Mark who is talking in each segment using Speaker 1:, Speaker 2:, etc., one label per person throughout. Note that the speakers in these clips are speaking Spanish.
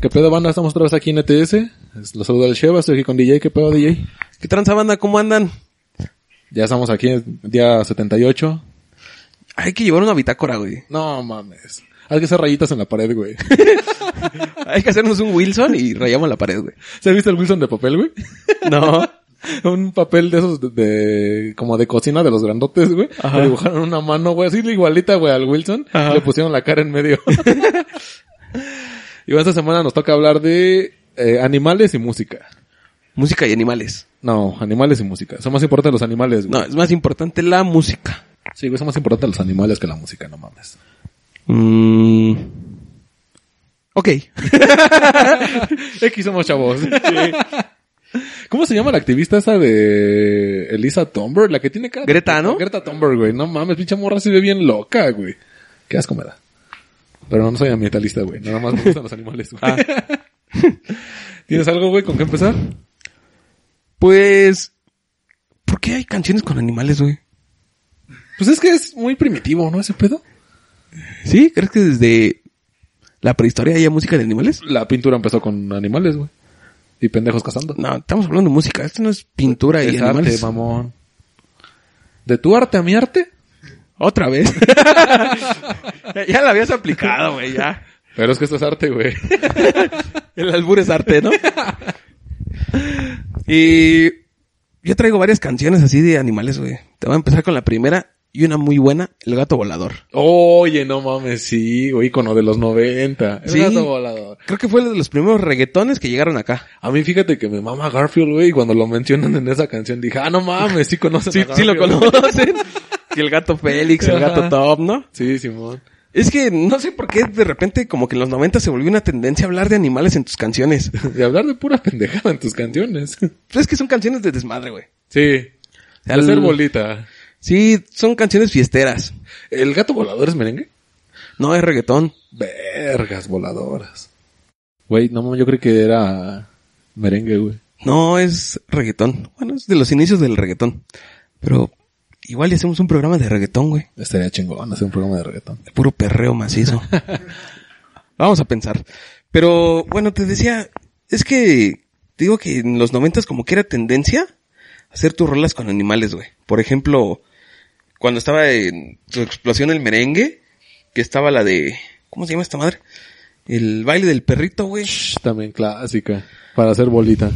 Speaker 1: ¿Qué pedo, banda? Estamos otra vez aquí en ETS. Los saluda el Sheva, estoy aquí con DJ. ¿Qué pedo, DJ?
Speaker 2: ¿Qué tranza banda? ¿Cómo andan?
Speaker 1: Ya estamos aquí en día 78.
Speaker 2: Hay que llevar una bitácora, güey.
Speaker 1: No mames. Hay que hacer rayitas en la pared, güey.
Speaker 2: Hay que hacernos un Wilson y rayamos la pared, güey.
Speaker 1: ¿Se ha visto el Wilson de papel, güey?
Speaker 2: No.
Speaker 1: Un papel de esos de, de- como de cocina de los grandotes, güey.
Speaker 2: Ajá.
Speaker 1: Le dibujaron una mano, güey, así igualita, güey, al Wilson.
Speaker 2: Ajá.
Speaker 1: Le pusieron la cara en medio. y bueno, esta semana nos toca hablar de eh, animales y música.
Speaker 2: Música y animales.
Speaker 1: No, animales y música. Son más importantes los animales, güey.
Speaker 2: No, es más importante la música.
Speaker 1: Sí, güey, son más importantes los animales que la música, no mames.
Speaker 2: Mm. Ok.
Speaker 1: X somos chavos. ¿Cómo se llama la activista esa de Elisa Tomber? La que tiene cara. de-
Speaker 2: Greta, ¿no?
Speaker 1: Greta Tomber, güey. No mames, pinche morra se ve bien loca, güey. Qué asco me da. Pero no, no soy ambientalista, güey. Nada más me gustan los animales,
Speaker 2: Ah.
Speaker 1: güey. ¿Tienes algo, güey, con qué empezar?
Speaker 2: Pues... ¿Por qué hay canciones con animales, güey?
Speaker 1: Pues es que es muy primitivo, ¿no? Ese pedo.
Speaker 2: ¿Sí? ¿Crees que desde la prehistoria haya música de animales?
Speaker 1: La pintura empezó con animales, güey. Y pendejos cazando.
Speaker 2: No, estamos hablando de música. Esto no es pintura y
Speaker 1: Es arte,
Speaker 2: animales.
Speaker 1: mamón. ¿De tu arte a mi arte?
Speaker 2: Otra vez. ya la habías aplicado, güey, ya.
Speaker 1: Pero es que esto es arte, güey.
Speaker 2: El albur es arte, ¿no? y yo traigo varias canciones así de animales, güey. Te voy a empezar con la primera y una muy buena, El gato volador.
Speaker 1: Oye, no mames, sí, güey, ícono de los 90. El
Speaker 2: Sí.
Speaker 1: gato volador.
Speaker 2: Creo que fue uno de los primeros reggaetones que llegaron acá.
Speaker 1: A mí fíjate que me mama Garfield, güey, y cuando lo mencionan en esa canción dije, ah, no mames, sí conocen
Speaker 2: Sí,
Speaker 1: a
Speaker 2: sí lo
Speaker 1: Garfield.
Speaker 2: conocen. Que el gato Félix, el gato
Speaker 1: Ajá.
Speaker 2: Top, ¿no?
Speaker 1: Sí, Simón.
Speaker 2: Es que no sé por qué de repente como que en los 90 se volvió una tendencia a hablar de animales en tus canciones.
Speaker 1: Y hablar de pura pendejada en tus canciones.
Speaker 2: Pues es que son canciones de desmadre, güey.
Speaker 1: Sí. De
Speaker 2: Al-
Speaker 1: hacer bolita.
Speaker 2: Sí, son canciones fiesteras.
Speaker 1: ¿El gato volador es merengue?
Speaker 2: No es reggaetón.
Speaker 1: Vergas voladoras. Güey, no mames, yo creo que era merengue, güey.
Speaker 2: No es reggaetón. Bueno, es de los inicios del reggaetón. Pero igual y hacemos un programa de reggaetón, güey.
Speaker 1: Estaría chingón hacer un programa de reggaetón.
Speaker 2: De puro perreo macizo. Vamos a pensar. Pero bueno, te decía, es que te digo que en los noventas como que era tendencia hacer tus rolas con animales, güey. Por ejemplo, cuando estaba en su explosión el merengue, que estaba la de... ¿Cómo se llama esta madre? El baile del perrito, güey.
Speaker 1: Shh, También clásica. Para hacer bolita.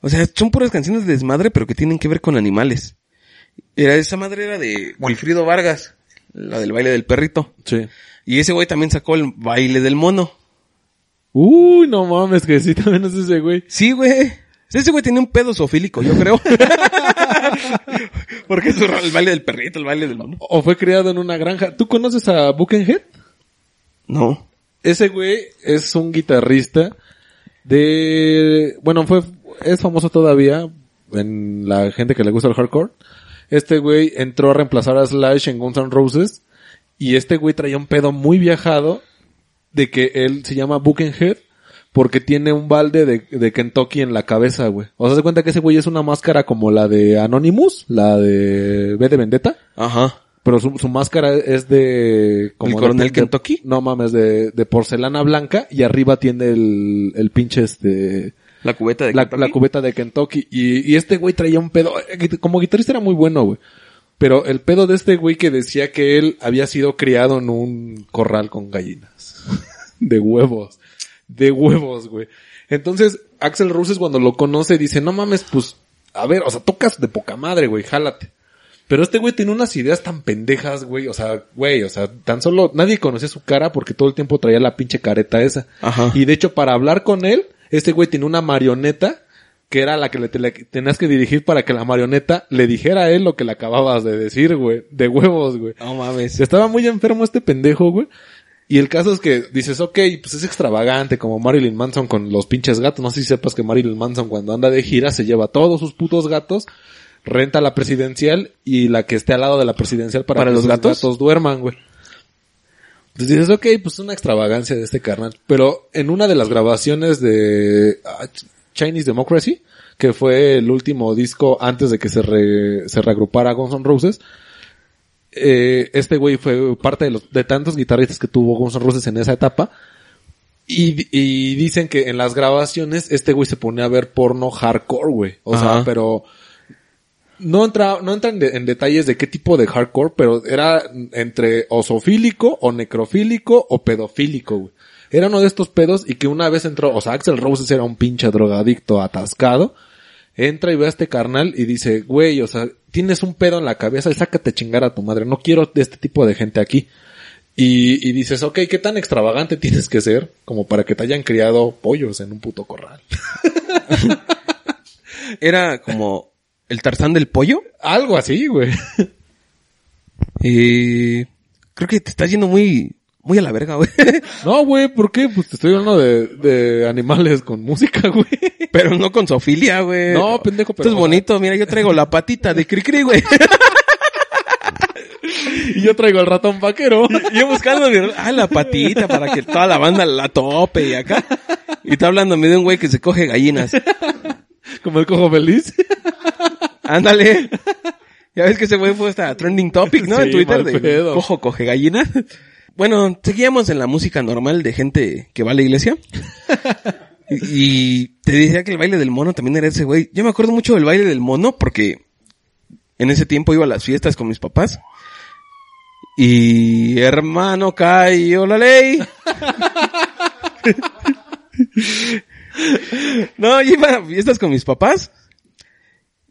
Speaker 2: O sea, son puras canciones de desmadre, pero que tienen que ver con animales. Era esa madre era de Wilfrido Vargas, la del baile del perrito.
Speaker 1: Sí.
Speaker 2: Y ese güey también sacó el baile del mono.
Speaker 1: Uy, no mames, que sí, también es ese güey.
Speaker 2: Sí, güey. Ese güey tenía un pedo zoofílico, yo creo. Porque es el baile del perrito, el baile del mono.
Speaker 1: O fue creado en una granja. ¿Tú conoces a Buckenhead?
Speaker 2: No.
Speaker 1: Ese güey es un guitarrista de... Bueno, fue... Es famoso todavía en la gente que le gusta el hardcore. Este güey entró a reemplazar a Slash en Guns N' Roses. Y este güey traía un pedo muy viajado de que él se llama Buckenhead porque tiene un balde de, de Kentucky en la cabeza, güey. O sea, se cuenta que ese güey es una máscara como la de Anonymous, la de B de Vendetta.
Speaker 2: Ajá.
Speaker 1: Pero su, su máscara es de...
Speaker 2: ¿El
Speaker 1: de-
Speaker 2: coronel
Speaker 1: de-
Speaker 2: Kentucky?
Speaker 1: No mames, de, de porcelana blanca y arriba tiene el, el pinche este...
Speaker 2: La cubeta de
Speaker 1: La,
Speaker 2: Kentucky.
Speaker 1: la cubeta de Kentucky. Y, y este güey traía un pedo... eh, que Como guitarrista era muy bueno, güey. Pero el pedo de este güey que decía que él había sido criado en un corral con gallinas. de huevos. De huevos, güey. Entonces, Axel Roses cuando lo conoce dice, no mames, pues... A ver, o sea, tocas de poca madre, güey, jálate. Pero este güey tiene unas ideas tan pendejas, güey. O sea, güey, o sea, tan solo nadie conocía su cara porque todo el tiempo traía la pinche careta esa.
Speaker 2: Ajá.
Speaker 1: Y de hecho, para hablar con él, este güey tiene una marioneta que era la que le, te- le tenías que dirigir para que la marioneta le dijera a él lo que le acababas de decir, güey. De huevos, güey.
Speaker 2: No mames.
Speaker 1: Estaba muy enfermo este pendejo, güey. Y el caso es que dices, ok, pues es extravagante, como Marilyn Manson con los pinches gatos. No sé si sepas que Marilyn Manson cuando anda de gira se lleva todos sus putos gatos, renta la presidencial y la que esté al lado de la presidencial para,
Speaker 2: ¿Para
Speaker 1: que
Speaker 2: los
Speaker 1: sus
Speaker 2: gatos?
Speaker 1: duerman, güey. Entonces dices, ok, pues es una extravagancia de este carnal. Pero en una de las grabaciones de ah, Ch- Chinese Democracy, que fue el último disco antes de que se, re- se reagrupara Guns N' Roses, eh, este güey fue parte de, los, de tantos guitarristas que tuvo Guns N' Roses en esa etapa. Y, y dicen que en las grabaciones este güey se pone a ver porno hardcore, güey. O
Speaker 2: Ajá.
Speaker 1: sea, pero no entra, no entra en, de- en detalles de qué tipo de hardcore, pero era entre osofílico o necrofílico o pedofílico, güey. Era uno de estos pedos y que una vez entró, o sea, Axel Roses era un pinche drogadicto atascado. Entra y ve a este carnal y dice, güey, o sea, tienes un pedo en la cabeza y sácate a chingar a tu madre. No quiero de este tipo de gente aquí. Y, y dices, ok, ¿qué tan extravagante tienes que ser como para que te hayan criado pollos en un puto corral?
Speaker 2: Era como el Tarzán del pollo.
Speaker 1: Algo así, güey.
Speaker 2: Eh, creo que te estás yendo muy, muy a la verga, güey.
Speaker 1: No, güey, ¿por qué? Pues te estoy hablando de, de animales con música, güey.
Speaker 2: Pero no con sofilia, güey.
Speaker 1: No, pendejo, pero-
Speaker 2: Esto es bonito. Mira, yo traigo la patita de Cricri, güey.
Speaker 1: Y yo traigo el ratón vaquero.
Speaker 2: Yo buscando mi... Ah, la patita para que toda la banda la tope y acá. Y está hablándome de un güey que se coge gallinas.
Speaker 1: Como el cojo feliz.
Speaker 2: Ándale. Ya ves que ese güey fue hasta trending topic, ¿no?
Speaker 1: Sí,
Speaker 2: en Twitter
Speaker 1: mal
Speaker 2: de
Speaker 1: pedo.
Speaker 2: cojo, coge gallinas. Bueno, seguíamos en la música normal de gente que va a la iglesia. Y, y te decía que el baile del mono también era ese güey. Yo me acuerdo mucho del baile del mono porque en ese tiempo iba a las fiestas con mis papás. Y hermano cayó la ley. no, yo iba a fiestas con mis papás.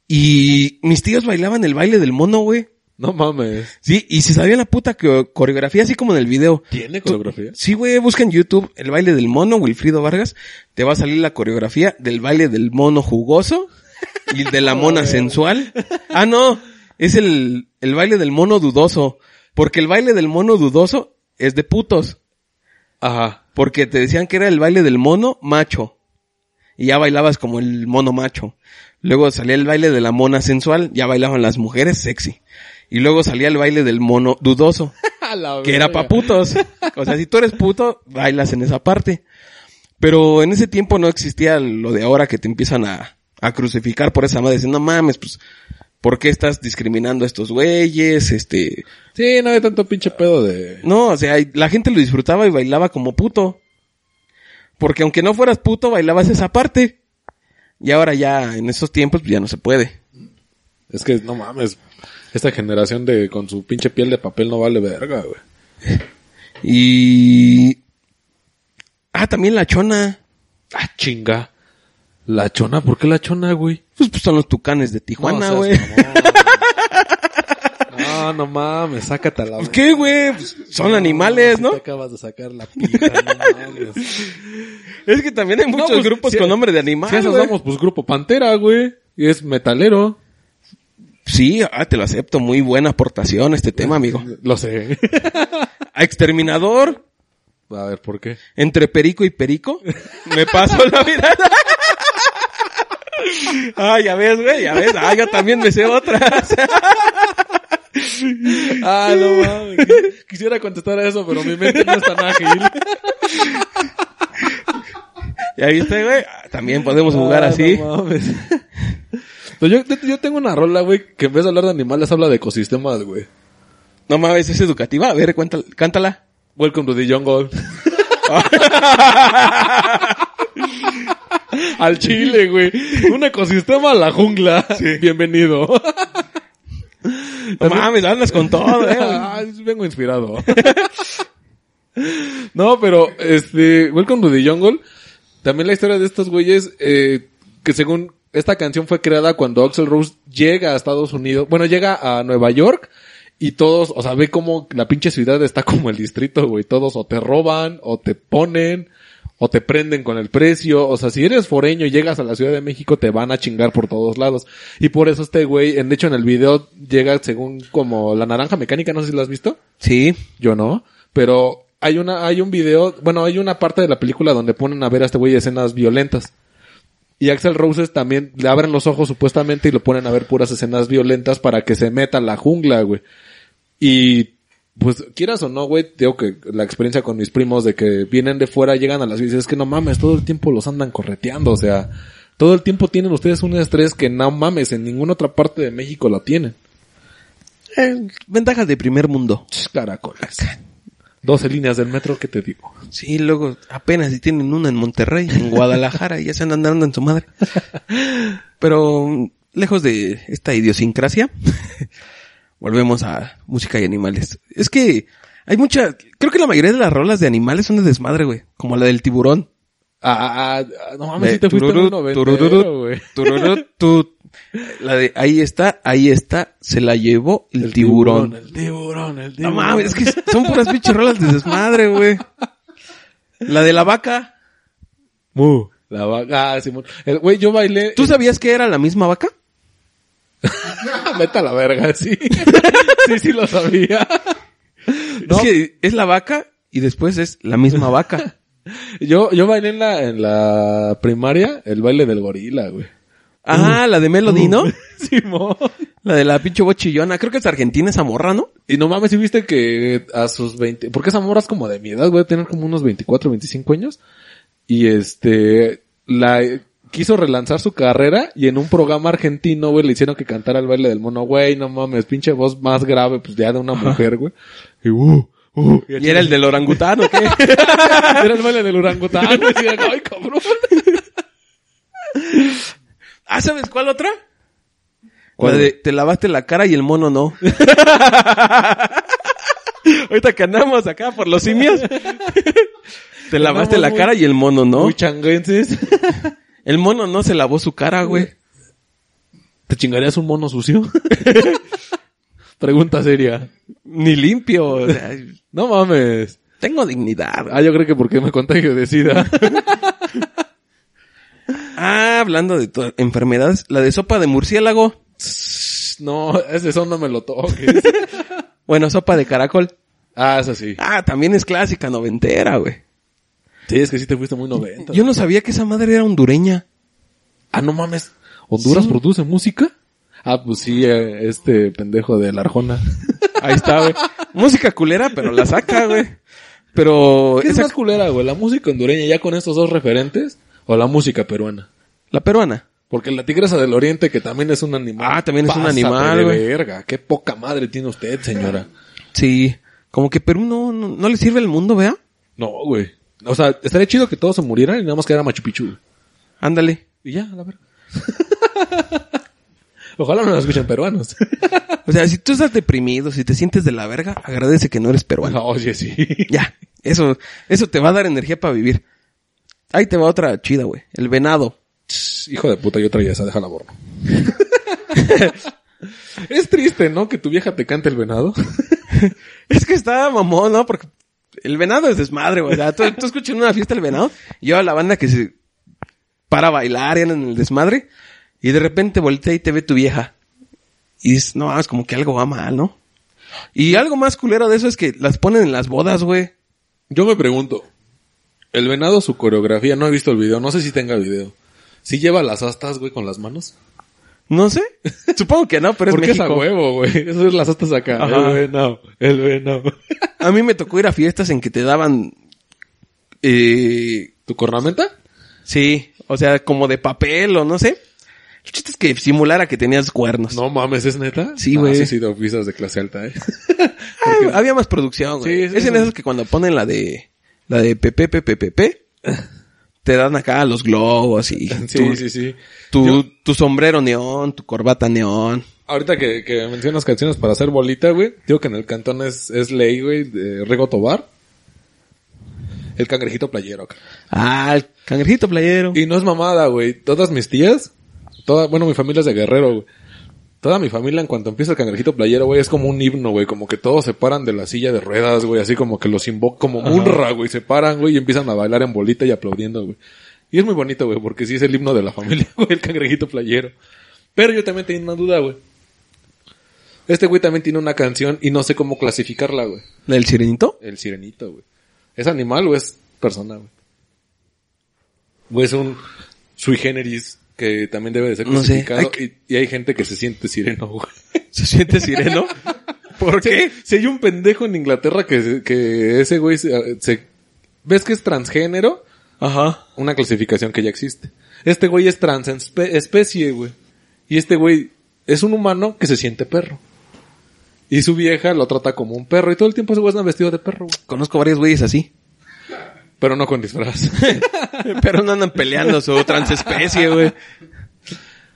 Speaker 2: Y mis tíos bailaban el baile del mono, güey.
Speaker 1: No mames.
Speaker 2: Sí, y se sabía la puta co- coreografía así como en el video.
Speaker 1: ¿Tiene
Speaker 2: Tú-
Speaker 1: coreografía?
Speaker 2: Sí, güey, busca en YouTube el baile del mono, Wilfrido Vargas. Te va a salir la coreografía del baile del mono jugoso y de la mona sensual. Ah, no, es el, el baile del mono dudoso. Porque el baile del mono dudoso es de putos.
Speaker 1: Ajá.
Speaker 2: Porque te decían que era el baile del mono macho. Y ya bailabas como el mono macho. Luego salía el baile de la mona sensual, ya bailaban las mujeres sexy. Y luego salía el baile del mono dudoso, que era pa' putos. O sea, si tú eres puto, bailas en esa parte. Pero en ese tiempo no existía lo de ahora que te empiezan a, a crucificar por esa madre. Diciendo, no mames, pues, ¿por qué estás discriminando a estos güeyes? Este,
Speaker 1: Sí, no hay tanto pinche pedo de...
Speaker 2: no, o sea, y la gente lo disfrutaba y bailaba como puto. Porque aunque no fueras puto, bailabas esa parte. Y ahora ya, en esos tiempos, pues, ya no se puede.
Speaker 1: Es que, no mames. Esta generación de con su pinche piel de papel no vale verga, güey.
Speaker 2: Y... Ah, también la chona.
Speaker 1: Ah, chinga. La chona, ¿por qué la chona, güey?
Speaker 2: Pues, pues, son los tucanes de Tijuana,
Speaker 1: No,
Speaker 2: güey.
Speaker 1: seas mamón, güey. No, no mames, sácate a la
Speaker 2: Pues, ¿Qué, güey? Pues, son animales, ¿no?
Speaker 1: Te acabas de sacar la pija, no mames.
Speaker 2: Es que también hay muchos
Speaker 1: pues,
Speaker 2: grupos
Speaker 1: si-
Speaker 2: con nombre de animal,
Speaker 1: Si esos
Speaker 2: güey.
Speaker 1: somos, pues grupo Pantera, güey. Y es metalero.
Speaker 2: Sí, ah, te lo acepto. Muy buena aportación este tema, amigo.
Speaker 1: Lo sé.
Speaker 2: A Exterminador,
Speaker 1: A ver, ¿por qué?
Speaker 2: entre perico y perico, me paso la mirada. Ah, ya ves, güey, ya ves. Ah, yo también me sé otras.
Speaker 1: Ah, no mames. Quisiera contestar a eso, pero mi mente no es tan ágil.
Speaker 2: Ya viste, güey. Ah, También podemos jugar así.
Speaker 1: No mames. Pero Yo, yo- yo tengo una rola, güey, que en vez de hablar de animales habla de ecosistemas, güey.
Speaker 2: No mames, es educativa. A ver, cuéntala, cántala.
Speaker 1: Welcome to the jungle. Al chile, güey. Un ecosistema a la jungla. Bienvenido.
Speaker 2: No mames, andas con todo, eh.
Speaker 1: Ah, vengo inspirado. no, pero este, Welcome to the Jungle, también la historia de estos güeyes, eh, que según esta canción fue creada cuando Axel Rose llega a Estados Unidos, bueno, llega a Nueva York y todos, o sea, ve como la pinche ciudad está como el distrito, güey, todos o te roban o te ponen. O te prenden con el precio. O sea, si eres foreño y llegas a la Ciudad de México, te van a chingar por todos lados. Y por eso este güey, en de hecho en el video, llega según como la naranja mecánica, no sé si lo has visto.
Speaker 2: Sí.
Speaker 1: Yo no, pero hay una, hay un video, bueno, hay una parte de la película donde ponen a ver a este güey escenas violentas. Y Axel Roses también le abren los ojos supuestamente y lo ponen a ver puras escenas violentas para que se meta a la jungla, güey. Y pues quieras o no, güey, tengo que la experiencia con mis primos de que vienen de fuera, llegan a las bicis, es que no mames, todo el tiempo los andan correteando, o sea, todo el tiempo tienen ustedes un estrés que no mames, en ninguna otra parte de México lo tienen.
Speaker 2: Eh, ventajas de primer mundo.
Speaker 1: Ch, Caracoles. 12 líneas del metro, ¿qué te digo?
Speaker 2: Sí, luego apenas si tienen una en Monterrey, en Guadalajara, y ya se andan dando en su madre. Pero mm, lejos de esta idiosincrasia, volvemos a música y animales. Es que hay mucha, creo que la mayoría de las rolas de animales son de desmadre, güey. Como la del tiburón.
Speaker 1: Ah, ah, ah, no mames,
Speaker 2: De
Speaker 1: si te fuiste muy
Speaker 2: tururut,
Speaker 1: noventero,
Speaker 2: tururut,
Speaker 1: güey.
Speaker 2: tururut, tu- La de ahí está, ahí está, se la llevó el, tiburón.
Speaker 1: El tiburón, el
Speaker 2: No
Speaker 1: tiburón.
Speaker 2: mames, es que son puras pinches rolas de desmadre, güey. La de la vaca.
Speaker 1: Mu. La vaca, ah, Simón. El güey, yo bailé.
Speaker 2: ¿Tú sabías que era la misma vaca?
Speaker 1: Meta Ah, la verga, sí. sí, sí lo sabía. No.
Speaker 2: Es que es la vaca y después es la misma vaca.
Speaker 1: Yo, yo bailé en la, en la primaria el baile del gorila, güey.
Speaker 2: Ah, la de Melody, ¿no?
Speaker 1: Simón.
Speaker 2: La de la pinche bochillona. Creo que es argentina esa morra, ¿no?
Speaker 1: Y no mames, si viste que a sus 20, porque esa morra es como de mi edad, güey, tener como unos 24, 25 años. Y este, la quiso relanzar su carrera y en un programa argentino, güey, le hicieron que cantara el baile del mono, güey, no mames, pinche voz más grave, pues ya de una mujer, güey. Y uh, uh,
Speaker 2: Y era el del orangután, ¿o qué?
Speaker 1: era el baile del orangután, güey, y era, ay, cabrón.
Speaker 2: Ah, ¿sabes cuál otra?
Speaker 1: ¿Cuál?
Speaker 2: La de te lavaste la cara y el mono no. Ahorita que andamos acá por los simios. te lavaste
Speaker 1: Andamos
Speaker 2: la
Speaker 1: muy-
Speaker 2: cara y el mono no.
Speaker 1: Muy changuenses.
Speaker 2: El mono no se lavó su cara, güey.
Speaker 1: ¿Te chingarías un mono sucio? Pregunta seria.
Speaker 2: Ni limpio. o sea,
Speaker 1: No mames.
Speaker 2: tengo dignidad.
Speaker 1: Ah, yo creo que porque me contagio de sida.
Speaker 2: Ah, hablando de to- enfermedades, la de sopa de murciélago.
Speaker 1: No, ese son no me lo toques.
Speaker 2: Bueno, sopa de caracol.
Speaker 1: ah, eso sí.
Speaker 2: Ah, también es clásica noventera, güey.
Speaker 1: Sí, es que sí te fuiste muy noventa.
Speaker 2: Yo no sabía que esa madre era hondureña.
Speaker 1: Ah, no mames. ¿Honduras
Speaker 2: Sí.
Speaker 1: produce música? Ah, pues sí, eh, este pendejo de la Arjona.
Speaker 2: Ahí está, güey. Música culera, pero la saca, güey. Pero
Speaker 1: ¿Qué es
Speaker 2: esa-
Speaker 1: más culera, güey? ¿La música hondureña ya con estos dos referentes? ¿O la música peruana?
Speaker 2: la peruana.
Speaker 1: Porque la tigresa del oriente, que también es un animal.
Speaker 2: Ah, también es un
Speaker 1: Pásate
Speaker 2: animal,
Speaker 1: de
Speaker 2: güey.
Speaker 1: verga. Qué poca madre tiene usted, señora.
Speaker 2: Sí. Como que Perú no, no, no le sirve al mundo, vea.
Speaker 1: No, güey. O sea, estaría chido que todos se murieran y nada más quedara Machu Picchu.
Speaker 2: Ándale.
Speaker 1: Y ya, a la verga. Ojalá no nos escuchen peruanos.
Speaker 2: O sea, si tú estás deprimido, si te sientes de la verga, agradece que no eres peruano.
Speaker 1: Oye, sí.
Speaker 2: Ya. Eso, eso te va a dar energía para vivir. Ahí te va otra chida, güey. El venado.
Speaker 1: Hijo de puta, yo traía esa, déjala borro. es triste, ¿no? Que tu vieja te cante el venado.
Speaker 2: Es que está mamón, ¿no? Porque el venado es desmadre, güey. O sea, tú, tú escuchas en una fiesta el venado y yo la banda que se para a bailar y andan en el desmadre y de repente voltea y te ve tu vieja. Y dices, no, es como que algo va mal, ¿no? Y algo más culero de eso es que las ponen en las bodas, güey.
Speaker 1: Yo me pregunto, el venado, su coreografía, no he visto el video, no sé si tenga video. Si lleva las astas, güey, con las manos?
Speaker 2: No sé. Supongo que no, pero es
Speaker 1: Porque es a
Speaker 2: México.
Speaker 1: huevo, güey. Eso es las astas acá. eh,
Speaker 2: Ajá.
Speaker 1: El venado, el venado.
Speaker 2: a mí me tocó ir a fiestas en que te daban... Eh,
Speaker 1: ¿Tu cornamenta?
Speaker 2: sí, o sea, como de papel o no sé. El chiste es que simulara que tenías cuernos.
Speaker 1: No mames, ¿es neta?
Speaker 2: Sí,
Speaker 1: Ah,
Speaker 2: güey.
Speaker 1: sí he sido oficinas de clase alta, ¿eh?
Speaker 2: Ah, había más producción, güey.
Speaker 1: Sí,
Speaker 2: es,
Speaker 1: es-
Speaker 2: en
Speaker 1: es-
Speaker 2: esas que cuando ponen la de la de Pepe Pepe Pepe te dan acá los globos y
Speaker 1: Sí,
Speaker 2: tu,
Speaker 1: sí, sí.
Speaker 2: tu,
Speaker 1: Yo-
Speaker 2: tu sombrero neón, tu corbata neón.
Speaker 1: ahorita que, que mencionas canciones para hacer bolita, güey, digo que en el cantón es, es ley, güey, de Rego Tobar. El cangrejito playero. acá.
Speaker 2: Ah, el cangrejito playero.
Speaker 1: Y no es mamada, güey. Todas mis tías, toda, bueno, mi familia es de Guerrero, güey. Toda mi familia, en cuanto empieza el cangrejito playero, güey, es como un himno, güey. Como que todos se paran de la silla de ruedas, güey. Así como que los invoca, como munra, güey. Se paran, güey, y empiezan a bailar en bolita y aplaudiendo, güey. Y es muy bonito, güey, porque sí es el himno de la familia, güey, el cangrejito playero. Pero yo también tenía una duda, güey. Este güey también tiene una canción y no sé cómo clasificarla, güey.
Speaker 2: ¿La del sirenito?
Speaker 1: El sirenito, güey. ¿Es animal o es persona, güey? O es un sui generis que también debe de ser
Speaker 2: No sé,
Speaker 1: clasificado.
Speaker 2: hay
Speaker 1: y, y hay gente que se siente sireno, güey.
Speaker 2: ¿Se siente sireno? ¿Por qué?
Speaker 1: Si, si hay un pendejo en Inglaterra que, se- que ese güey se, se- ¿Ves que es transgénero?
Speaker 2: Ajá.
Speaker 1: Una clasificación que ya existe. Este güey es trans espe- especie, güey. Y este güey es un humano que se siente perro. Y su vieja lo trata como un perro. Y todo el tiempo ese güey está vestido de perro, güey.
Speaker 2: Conozco varios güeyes así.
Speaker 1: Pero no con disfraz.
Speaker 2: Pero no andan peleando su transespecie, güey.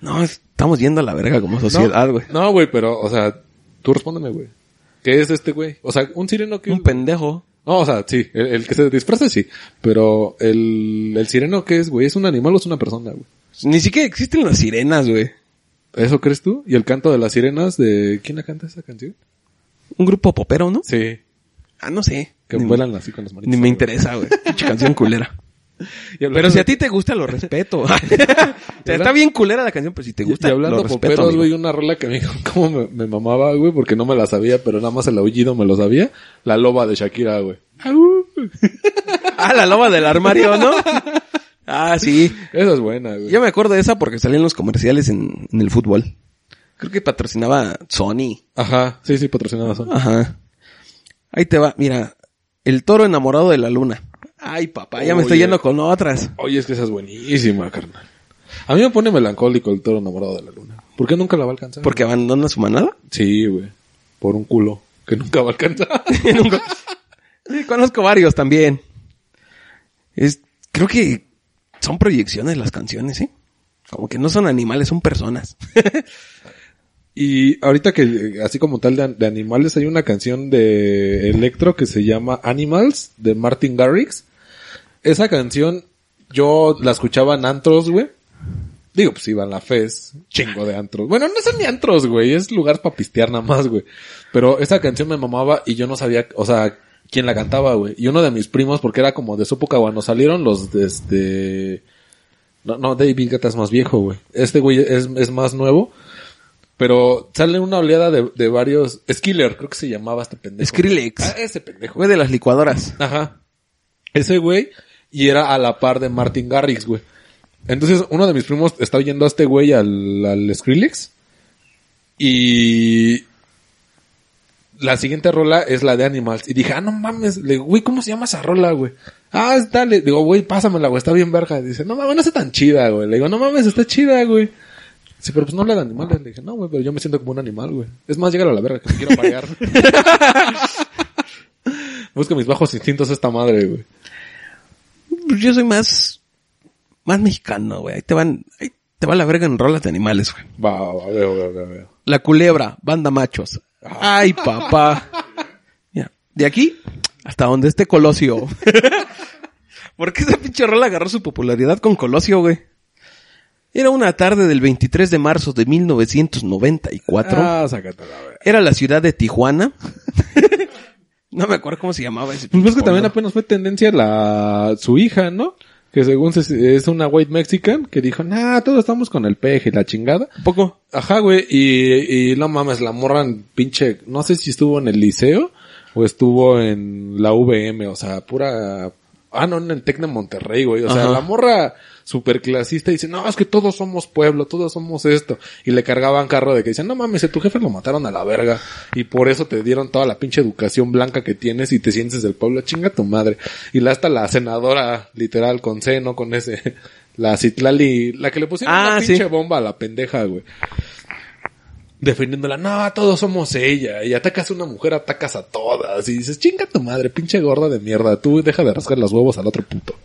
Speaker 2: No, estamos yendo a la verga como sociedad, Pues ah, güey.
Speaker 1: No, güey, pero, o sea, tú respóndeme, güey. ¿Qué es este güey? O sea, un sireno que...
Speaker 2: Un pendejo.
Speaker 1: No, o sea, sí, el, el que se disfraza sí, pero el, el sireno que es, güey, ¿es un animal o es una persona, güey?
Speaker 2: Ni siquiera existen las sirenas, güey.
Speaker 1: ¿Eso crees tú? ¿Y el canto de las sirenas de... ¿Quién la canta esa canción?
Speaker 2: Un grupo popero, ¿no?
Speaker 1: Sí,
Speaker 2: Ah, no sé.
Speaker 1: que
Speaker 2: ni,
Speaker 1: vuelan así con los manitas.
Speaker 2: ni me
Speaker 1: güey.
Speaker 2: interesa, güey. Pinche canción culera.
Speaker 1: Y hablando
Speaker 2: Pero si
Speaker 1: de-
Speaker 2: a ti te gusta, lo respeto. O sea, está bien culera la canción, pero si te gusta,
Speaker 1: y hablando
Speaker 2: lo
Speaker 1: de
Speaker 2: respeto.
Speaker 1: poperos,
Speaker 2: amigo.
Speaker 1: güey, una rola que me dijo cómo me, me mamaba, güey, porque no me la sabía, pero nada más el aullido me lo sabía. La loba de Shakira, güey. Au.
Speaker 2: Ah, la loba del armario, ¿no? Ah, sí.
Speaker 1: Esa es buena, güey.
Speaker 2: Yo me acuerdo de esa porque salían los comerciales en, en el fútbol. Creo que patrocinaba Sony.
Speaker 1: Ajá, sí, sí, patrocinada son.
Speaker 2: Ajá. Ahí te va, mira. El toro enamorado de la luna. Ay, papá, ya me estoy
Speaker 1: Oye.
Speaker 2: yendo con otras.
Speaker 1: Oye, es que esa es buenísima, carnal. A mí me pone melancólico el toro enamorado de la luna. ¿Por qué nunca la va a alcanzar?
Speaker 2: Porque abandona su manada.
Speaker 1: Sí, güey. Por un culo que nunca va a alcanzar.
Speaker 2: Nunca- Sí, Conozco varios también. Es, creo que son proyecciones las canciones, ¿sí? Como que no son animales, son personas.
Speaker 1: y ahorita que, eh, así como tal de, de animales, hay una canción de Electro que se llama Animals, de Martin Garrix. Esa canción, yo la escuchaba en antros, güey. Digo, pues iba a la FES, chingo de antros. Bueno, no son ni antros, güey, es lugar para pistear nada más, güey. Pero esa canción me mamaba y yo no sabía, o sea, quién la cantaba, güey. Y uno de mis primos, porque era como de su época cuando salieron los de este... No, no, David Guetta es más viejo, güey. Este güey es, es más nuevo. Pero sale una oleada de, de varios... Skiller, creo que se llamaba este pendejo.
Speaker 2: Skrillex.
Speaker 1: Ah, ese pendejo.
Speaker 2: Fue de las licuadoras.
Speaker 1: Ajá. Ese güey. Y era a la par de Martin Garrix, güey. Entonces, uno de mis primos está oyendo a este güey al, al Skrillex. Y... La siguiente rola es la de Animals. Y dije, ah, no mames. Le digo, güey, ¿cómo se llama esa rola, güey? Ah, es dale. Digo, güey, pásamela, güey. Está bien verga. Dice, no mames, no está tan chida, güey. Le digo, no mames, está chida, güey. Sí, pero pues no habla de animales. Le dije, no, güey, pero yo me siento como un animal, güey. Es más, llega a la verga que me quiero pagar. Busca mis bajos instintos esta madre, güey.
Speaker 2: Pues Yo soy más, más mexicano, güey. Ahí te van, ahí te va la verga en rolas de animales, güey.
Speaker 1: Va, va, va, veo, veo, veo, veo.
Speaker 2: La culebra, banda machos. Ay, papá. Mira, de aquí hasta donde esté Colosio. ¿Por qué esa pinche rola agarró su popularidad con Colosio, güey? Era una tarde del 23 de marzo de 1994.
Speaker 1: Ah, sácate la verga.
Speaker 2: Era la ciudad de Tijuana. no me acuerdo cómo se llamaba ese.
Speaker 1: Pues ves que
Speaker 2: pinche
Speaker 1: también
Speaker 2: pueblo.
Speaker 1: apenas fue tendencia la su hija, ¿no? Que según se- es una white mexican que dijo, nah, todos estamos con el peje y la chingada.
Speaker 2: Un poco.
Speaker 1: Ajá, güey, y, y no mames, la morran pinche, no sé si estuvo en el liceo o estuvo en la VM, o sea, pura... Ah, no, en el Tec de Monterrey, güey. O sea,
Speaker 2: Ajá.
Speaker 1: la morra superclasista dice, no, es que todos somos pueblo, todos somos esto. Y le cargaban carro de que dicen, no mames, a tu jefe lo mataron a la verga. Y por eso te dieron toda la pinche educación blanca que tienes y te sientes del pueblo, chinga tu madre. Y la hasta la senadora, literal, con seno, con ese, la Citlali, la que le pusieron
Speaker 2: Ah,
Speaker 1: una
Speaker 2: sí.
Speaker 1: pinche bomba a la pendeja, güey defendiéndola, no, todos somos ella, y atacas a una mujer, atacas a todas, y dices, chinga tu madre, pinche gorda de mierda, tú deja de rascar los huevos al otro puto.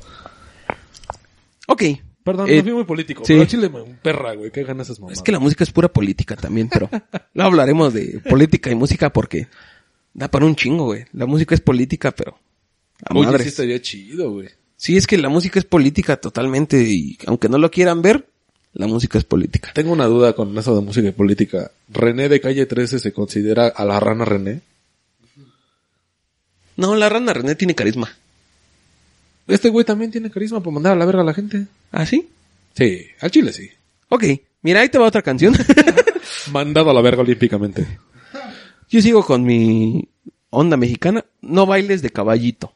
Speaker 2: Ok.
Speaker 1: Perdón,
Speaker 2: Eh,
Speaker 1: me fui muy político,
Speaker 2: sí.
Speaker 1: pero al chile me un perra, güey, qué ganas esas mamadas.
Speaker 2: Es que la música es pura política también, pero no hablaremos de política y música porque da para un chingo, güey. La música es política, pero a
Speaker 1: Oye,
Speaker 2: madres.
Speaker 1: sí estaría chido, güey.
Speaker 2: Sí, es que la música es política totalmente y aunque no lo quieran ver, la música es política.
Speaker 1: Tengo una duda con eso de música y política. ¿René de Calle 13 se considera a la rana René?
Speaker 2: No, la rana René tiene carisma.
Speaker 1: Este güey también tiene carisma para mandar a la verga a la gente.
Speaker 2: ¿Ah, sí?
Speaker 1: Sí, al chile sí.
Speaker 2: Ok, mira, ahí te va otra canción.
Speaker 1: Mandado a la verga olímpicamente.
Speaker 2: Yo sigo con mi onda mexicana. No bailes de caballito.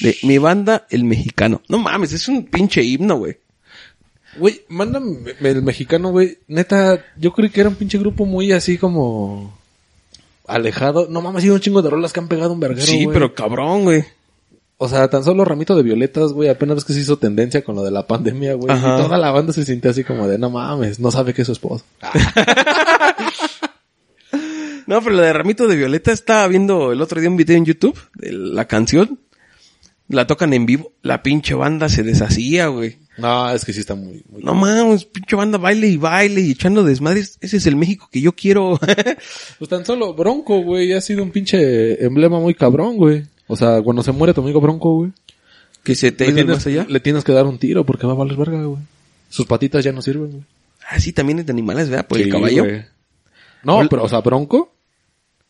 Speaker 2: De mi banda, el mexicano. No mames, es un pinche himno, güey.
Speaker 1: Güey, mándame el mexicano, güey. Neta, yo creí que era un pinche grupo muy así como alejado. No mames, sido un chingo de rolas que han pegado un verguero,
Speaker 2: sí,
Speaker 1: güey.
Speaker 2: pero cabrón, güey.
Speaker 1: O sea, tan solo Ramito de Violetas, güey, apenas ves que se hizo tendencia con lo de la pandemia, güey. Y
Speaker 2: Ajá.
Speaker 1: toda la banda se sintió así como de, no mames, no sabe que es su esposo.
Speaker 2: No, pero la de Ramito de Violeta estaba viendo el otro día un video en YouTube de la canción. La tocan en vivo. La pinche banda se deshacía, güey.
Speaker 1: No, es que sí está muy... muy-
Speaker 2: No mames, pinche banda baile y baile y echando desmadres. Ese es el México que yo quiero.
Speaker 1: Pues tan solo Bronco, güey, ha sido un pinche emblema muy cabrón, güey. O sea, cuando se muere tu amigo Bronco, güey.
Speaker 2: que se te
Speaker 1: Le
Speaker 2: iba
Speaker 1: tienes,
Speaker 2: más allá.
Speaker 1: le tienes que dar un tiro porque va a valer verga, güey. Sus patitas ya no sirven, güey.
Speaker 2: Ah, sí, también es de animales, ¿verdad? Por
Speaker 1: Sí,
Speaker 2: el caballo.
Speaker 1: güey. Pues, No, pero, o sea, Bronco.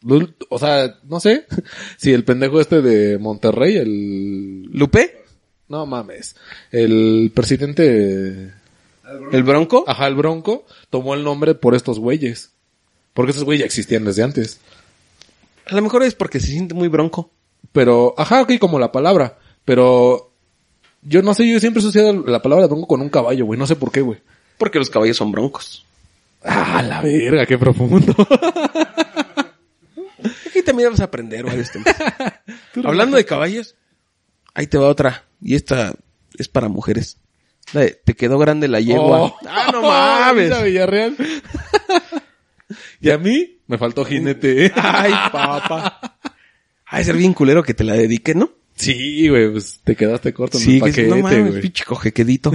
Speaker 1: Lul- O sea, no sé si el pendejo este de Monterrey, el...
Speaker 2: ¿Lupe?
Speaker 1: No mames. El presidente...
Speaker 2: ¿El bronco?
Speaker 1: Ajá, el Bronco tomó el nombre por estos güeyes. Porque estos güeyes ya existían desde antes.
Speaker 2: A lo mejor es porque se siente muy bronco.
Speaker 1: Pero, ajá, ok, como la palabra. Pero yo no sé, yo siempre he asociado la palabra bronco con un caballo, güey. No sé por qué, güey.
Speaker 2: Porque los caballos son broncos.
Speaker 1: Ah, la verga, qué profundo.
Speaker 2: Aquí también vas a aprender varios temas. Hablando de caballos, ahí te va otra. Y esta es para mujeres. La de, te quedó grande la yegua.
Speaker 1: Oh.
Speaker 2: Ah, no
Speaker 1: Mira,
Speaker 2: mames.
Speaker 1: Villarreal. y a mí me faltó jinete.
Speaker 2: Ay, papá. Ay, ser bien culero que te la dedique, ¿no?
Speaker 1: sí, güey, pues te quedaste corto en el
Speaker 2: Sí, que
Speaker 1: paquete,
Speaker 2: no mames,
Speaker 1: güey.
Speaker 2: pinche cojequedito.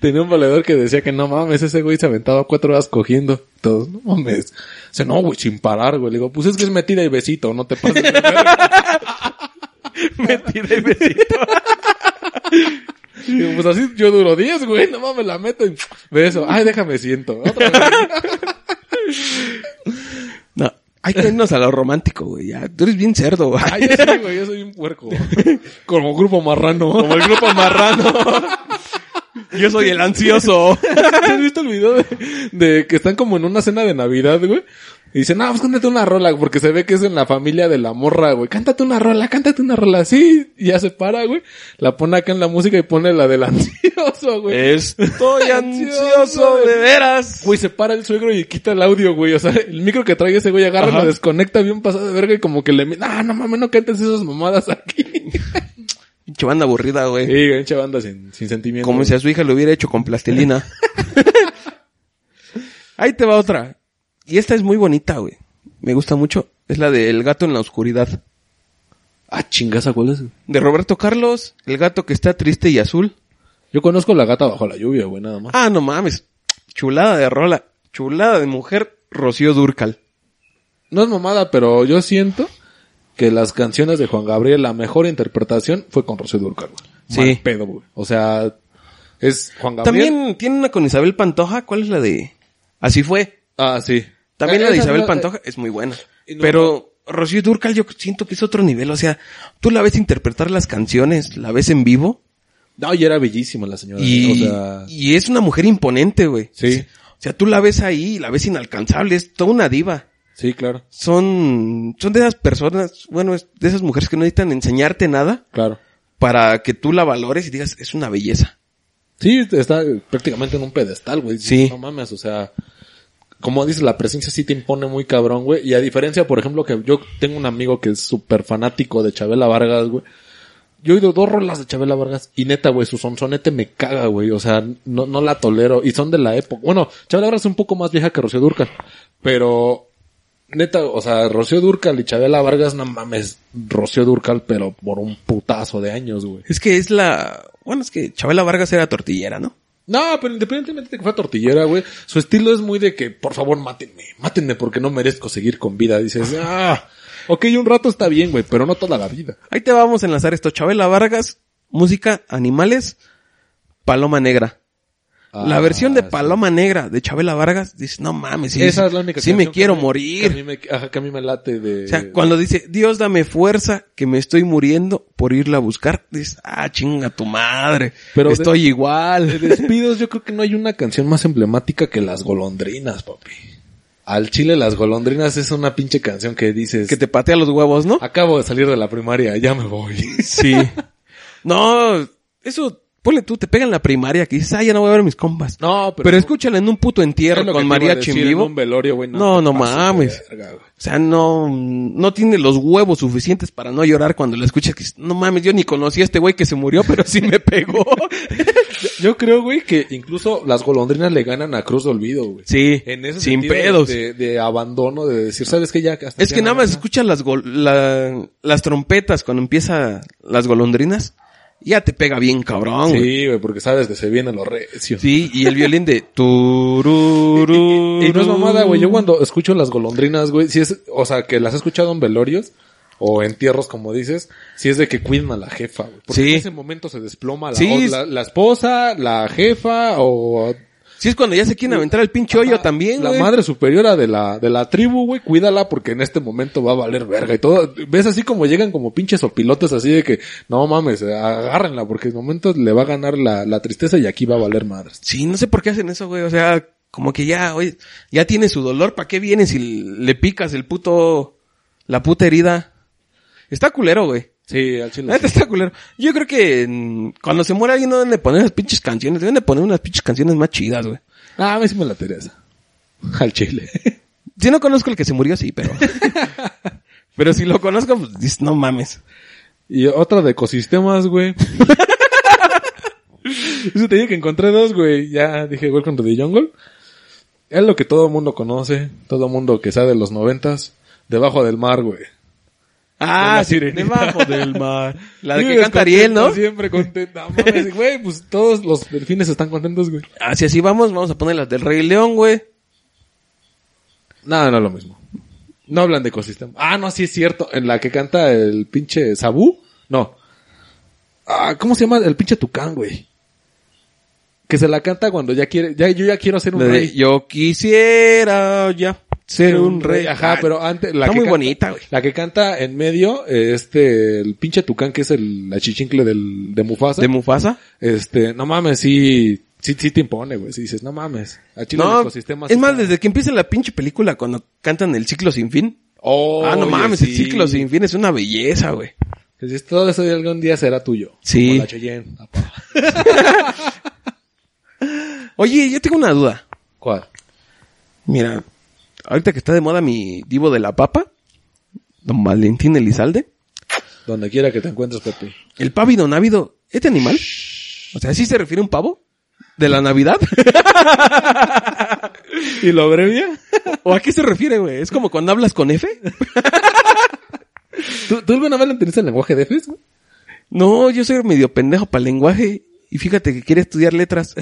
Speaker 1: Tenía un valedor que decía que no mames, ese güey se aventaba cuatro horas cogiendo. Todos, no mames. Dice, no, güey, sin parar, güey. Le digo, pues es que es metida y besito, no te pases. de verga".
Speaker 2: Mentira, mentira.
Speaker 1: Digo, pues así yo duro diez, güey, no mames, la meto y beso. Ay, déjame siento. Otra vez.
Speaker 2: No, hay que irnos a lo romántico, güey. Ya, tú eres bien cerdo, güey.
Speaker 1: Ay, yo sí, güey, yo soy un puerco. Como grupo marrano. Como el grupo marrano.
Speaker 2: Yo soy el ansioso.
Speaker 1: ¿Has visto el video de, de que están como en una cena de Navidad, güey? Y dicen, ah, pues cántate una rola, porque se ve que es en la familia de la morra, güey. Cántate una rola, cántate una rola. Sí, y ya se para, güey. La pone acá en la música y pone la del ansioso,
Speaker 2: Eh.
Speaker 1: güey.
Speaker 2: Estoy ansioso, de veras.
Speaker 1: Güey, se para el suegro y quita el audio, güey. O sea, el micro que trae ese güey agarra,
Speaker 2: Ajá.
Speaker 1: lo desconecta bien pasado de verga y como que le... mi- Ah, no mames, no cantes esas mamadas aquí.
Speaker 2: Pinche banda aburrida,
Speaker 1: Sí,
Speaker 2: güey.
Speaker 1: güey, pinche banda sin, sin sentimiento.
Speaker 2: Como si a su hija lo hubiera hecho con plastilina. Ahí te va otra. Y esta es muy bonita, güey. Me gusta mucho. Es la de El gato en la oscuridad.
Speaker 1: Ah, chingaza, ¿cuál es?
Speaker 2: De Roberto Carlos, el gato que está triste y azul.
Speaker 1: Yo conozco la gata bajo la lluvia, güey, nada más.
Speaker 2: Ah, no mames. Chulada de rola. Chulada de mujer, Rocío Durcal.
Speaker 1: No es mamada, pero yo siento que las canciones de Juan Gabriel, la mejor interpretación fue con Rocío Dúrcal, güey.
Speaker 2: Sí.
Speaker 1: Mal pedo, güey. O sea, es Juan Gabriel.
Speaker 2: También tiene una con Isabel Pantoja. ¿Cuál es la de...? Así fue.
Speaker 1: Ah, sí.
Speaker 2: También
Speaker 1: Eh,
Speaker 2: la de
Speaker 1: esa
Speaker 2: Isabel
Speaker 1: no-
Speaker 2: Pantoja es muy buena.
Speaker 1: y no-
Speaker 2: pero Rocío Durcal yo siento que es otro nivel. O sea, tú la ves interpretar las canciones, la ves en vivo
Speaker 1: No, y era bellísima la señora.
Speaker 2: y,
Speaker 1: o sea,
Speaker 2: y es una mujer imponente, güey.
Speaker 1: Sí.
Speaker 2: O sea, tú la ves ahí, la ves inalcanzable, es toda una diva.
Speaker 1: sí, claro,
Speaker 2: Son, son de esas personas, bueno, es de esas mujeres que no necesitan enseñarte nada
Speaker 1: claro.
Speaker 2: para que tú la valores y digas, es una belleza.
Speaker 1: Sí, está prácticamente en un pedestal, güey.
Speaker 2: Sí.
Speaker 1: No mames, o sea, como dices, la presencia sí te impone muy cabrón, güey. Y a diferencia, por ejemplo, que yo tengo un amigo que es súper fanático de Chabela Vargas, güey. Yo he oído dos rolas de Chabela Vargas y neta, güey, su sonsonete me caga, güey. O sea, no, no la tolero. Y son de la época. Bueno, Chabela Vargas es un poco más vieja que Rocío Durcal. Pero, neta, o sea, Rocío Durcal y Chabela Vargas, no mames, Rocío Durcal, pero por un putazo de años, güey.
Speaker 2: Es que es la, bueno, es que Chabela Vargas era tortillera, ¿no?
Speaker 1: No, pero independientemente de que fue tortillera, güey, su estilo es muy de que, por favor, mátenme, mátenme porque no merezco seguir con vida. Dices, ah, ok, un rato está bien, güey, pero no toda la vida.
Speaker 2: Ahí te vamos a enlazar esto. Chabela Vargas, música, animales, Paloma Negra. la
Speaker 1: Ah,
Speaker 2: versión de
Speaker 1: sí.
Speaker 2: Paloma Negra de Chabela Vargas dice, no mames, sí,
Speaker 1: Esa
Speaker 2: sí,
Speaker 1: es la única
Speaker 2: sí
Speaker 1: canción
Speaker 2: me
Speaker 1: que
Speaker 2: quiero
Speaker 1: me- Que a mí
Speaker 2: morir.
Speaker 1: me, ajá, que a mí me late de...
Speaker 2: O sea, cuando dice, Dios dame fuerza, que me estoy muriendo por irla a buscar, dice, ah, chinga tu madre,
Speaker 1: Pero
Speaker 2: pero
Speaker 1: de-
Speaker 2: estoy
Speaker 1: De
Speaker 2: igual.
Speaker 1: despidos, yo creo que no hay una canción más emblemática que Las Golondrinas, papi. Al Chile, Las Golondrinas es una pinche canción que dices...
Speaker 2: Que te patea los huevos,
Speaker 1: Ah.
Speaker 2: ¿no?
Speaker 1: Acabo de salir de la primaria, ya me voy.
Speaker 2: Sí. no, eso Ponle tú, te pegan en la primaria que dices, ah, ya no voy a ver mis compas.
Speaker 1: No,
Speaker 2: pero, escúchala en un puto entierro
Speaker 1: Es lo que
Speaker 2: con
Speaker 1: te iba a
Speaker 2: mariachi en
Speaker 1: decir,
Speaker 2: vivo.
Speaker 1: un velorio, güey.
Speaker 2: No, no
Speaker 1: te pases de
Speaker 2: mames.
Speaker 1: verga, güey.
Speaker 2: O sea, no, no tiene los huevos suficientes para no llorar cuando lo escuchas. Que dices, no mames, yo ni conocí a este güey que se murió, pero sí me pegó.
Speaker 1: Yo creo, güey, que incluso las golondrinas le ganan a Cruz de Olvido, güey.
Speaker 2: sí,
Speaker 1: En ese
Speaker 2: sin
Speaker 1: sentido este, de-
Speaker 2: pedos.
Speaker 1: De, de abandono, de decir, ¿sabes qué? Ya hasta
Speaker 2: es
Speaker 1: aquí
Speaker 2: que nada
Speaker 1: agarra".
Speaker 2: más escuchas las, gol- la- las trompetas cuando empieza las golondrinas. Ya te pega bien cabrón, güey.
Speaker 1: Sí, güey, porque sabes que se vienen los recios.
Speaker 2: Sí, y el violín de tururú.
Speaker 1: Y no es mamada, güey. Yo cuando escucho las golondrinas, güey, si es, o sea, que las he escuchado en velorios o entierros, como dices, si es de que cuiden a la jefa, güey. Porque
Speaker 2: Sí.
Speaker 1: en ese momento se desploma la,
Speaker 2: Sí.
Speaker 1: o la, la esposa, la jefa o
Speaker 2: Sí, es cuando ya se quieren aventar el pinche hoyo
Speaker 1: Ah,
Speaker 2: también,
Speaker 1: La
Speaker 2: güey.
Speaker 1: madre superiora de la, de la tribu, güey, cuídala porque en este momento va a valer verga y todo. Ves así como llegan como pinches opilotes así de que, no mames, agárrenla porque en momento le va a ganar la, la tristeza y aquí va a valer madres.
Speaker 2: Sí, no sé por qué hacen eso, güey. O sea, como que ya, oye, ya tiene su dolor. ¿Para qué vienes si le picas el puto, la puta herida? Está culero, güey.
Speaker 1: Sí, al chile.
Speaker 2: La neta está culero. Yo creo que mm, cuando se muere alguien no deben de poner esas pinches canciones. Deben de poner unas pinches canciones más chidas, güey.
Speaker 1: Ah, a mí sí me la Teresa. Al chile.
Speaker 2: Si no conozco el que se murió, sí, pero... pero si lo conozco, pues dices, no mames.
Speaker 1: Y otra de ecosistemas, güey. Eso te dije que encontré dos, güey. Ya dije Welcome to the Jungle. Es lo que todo el mundo conoce, todo el mundo que sabe de los noventas, debajo del mar, güey.
Speaker 2: Ah,
Speaker 1: la
Speaker 2: sí,
Speaker 1: sirenita.
Speaker 2: debajo del mar. La de
Speaker 1: Sí,
Speaker 2: que canta
Speaker 1: descontenta,
Speaker 2: Ariel, ¿no?
Speaker 1: Siempre contenta. Mames, güey, pues todos los delfines están contentos, güey.
Speaker 2: Así así vamos, vamos a poner las del Rey León, güey.
Speaker 1: No, no es lo mismo. No hablan de ecosistema. Ah, no, sí es cierto. En la que canta el pinche Sabú. No. Ah, ¿cómo se llama el pinche Tucán, güey? Que se la canta cuando ya quiere, ya, yo ya quiero ser un
Speaker 2: La de
Speaker 1: rey.
Speaker 2: yo quisiera ya ser un rey. Ah,
Speaker 1: Ajá, pero antes, la
Speaker 2: Está
Speaker 1: que
Speaker 2: muy
Speaker 1: canta-
Speaker 2: bonita, güey.
Speaker 1: La que canta en medio, eh, este, el pinche Tucán, que es el, la chichincle del, de Mufasa.
Speaker 2: ¿De Mufasa?
Speaker 1: Este, no mames, sí, sí, sí te impone, güey. Si dices, no mames, a Chile el
Speaker 2: No,
Speaker 1: ecosistema
Speaker 2: es más,
Speaker 1: está-
Speaker 2: desde que empieza la pinche película cuando cantan el ciclo sin fin.
Speaker 1: Oh,
Speaker 2: ah, no
Speaker 1: oye,
Speaker 2: mames, el
Speaker 1: sí.
Speaker 2: ciclo sin fin es una belleza, güey.
Speaker 1: Que si todo eso de algún día será tuyo.
Speaker 2: Sí.
Speaker 1: Como la Cheyenne, apá.
Speaker 2: Oye, yo tengo una duda.
Speaker 1: ¿Cuál?
Speaker 2: Mira, ahorita que está de moda mi divo de la papa, don Valentín Elizalde,
Speaker 1: Donde quiera que te encuentres, Pepe.
Speaker 2: el pávido návido, ¿este animal? O sea, ¿sí se refiere a un pavo? ¿De la Navidad?
Speaker 1: ¿Y lo brevia?
Speaker 2: ¿O a qué se refiere, güey? ¿Es como cuando hablas con F?
Speaker 1: ¿Tú, ¿Tú alguna vez le entendiste el lenguaje de Fes? güey?
Speaker 2: No, yo soy medio pendejo para el lenguaje. Y fíjate que quiere estudiar letras.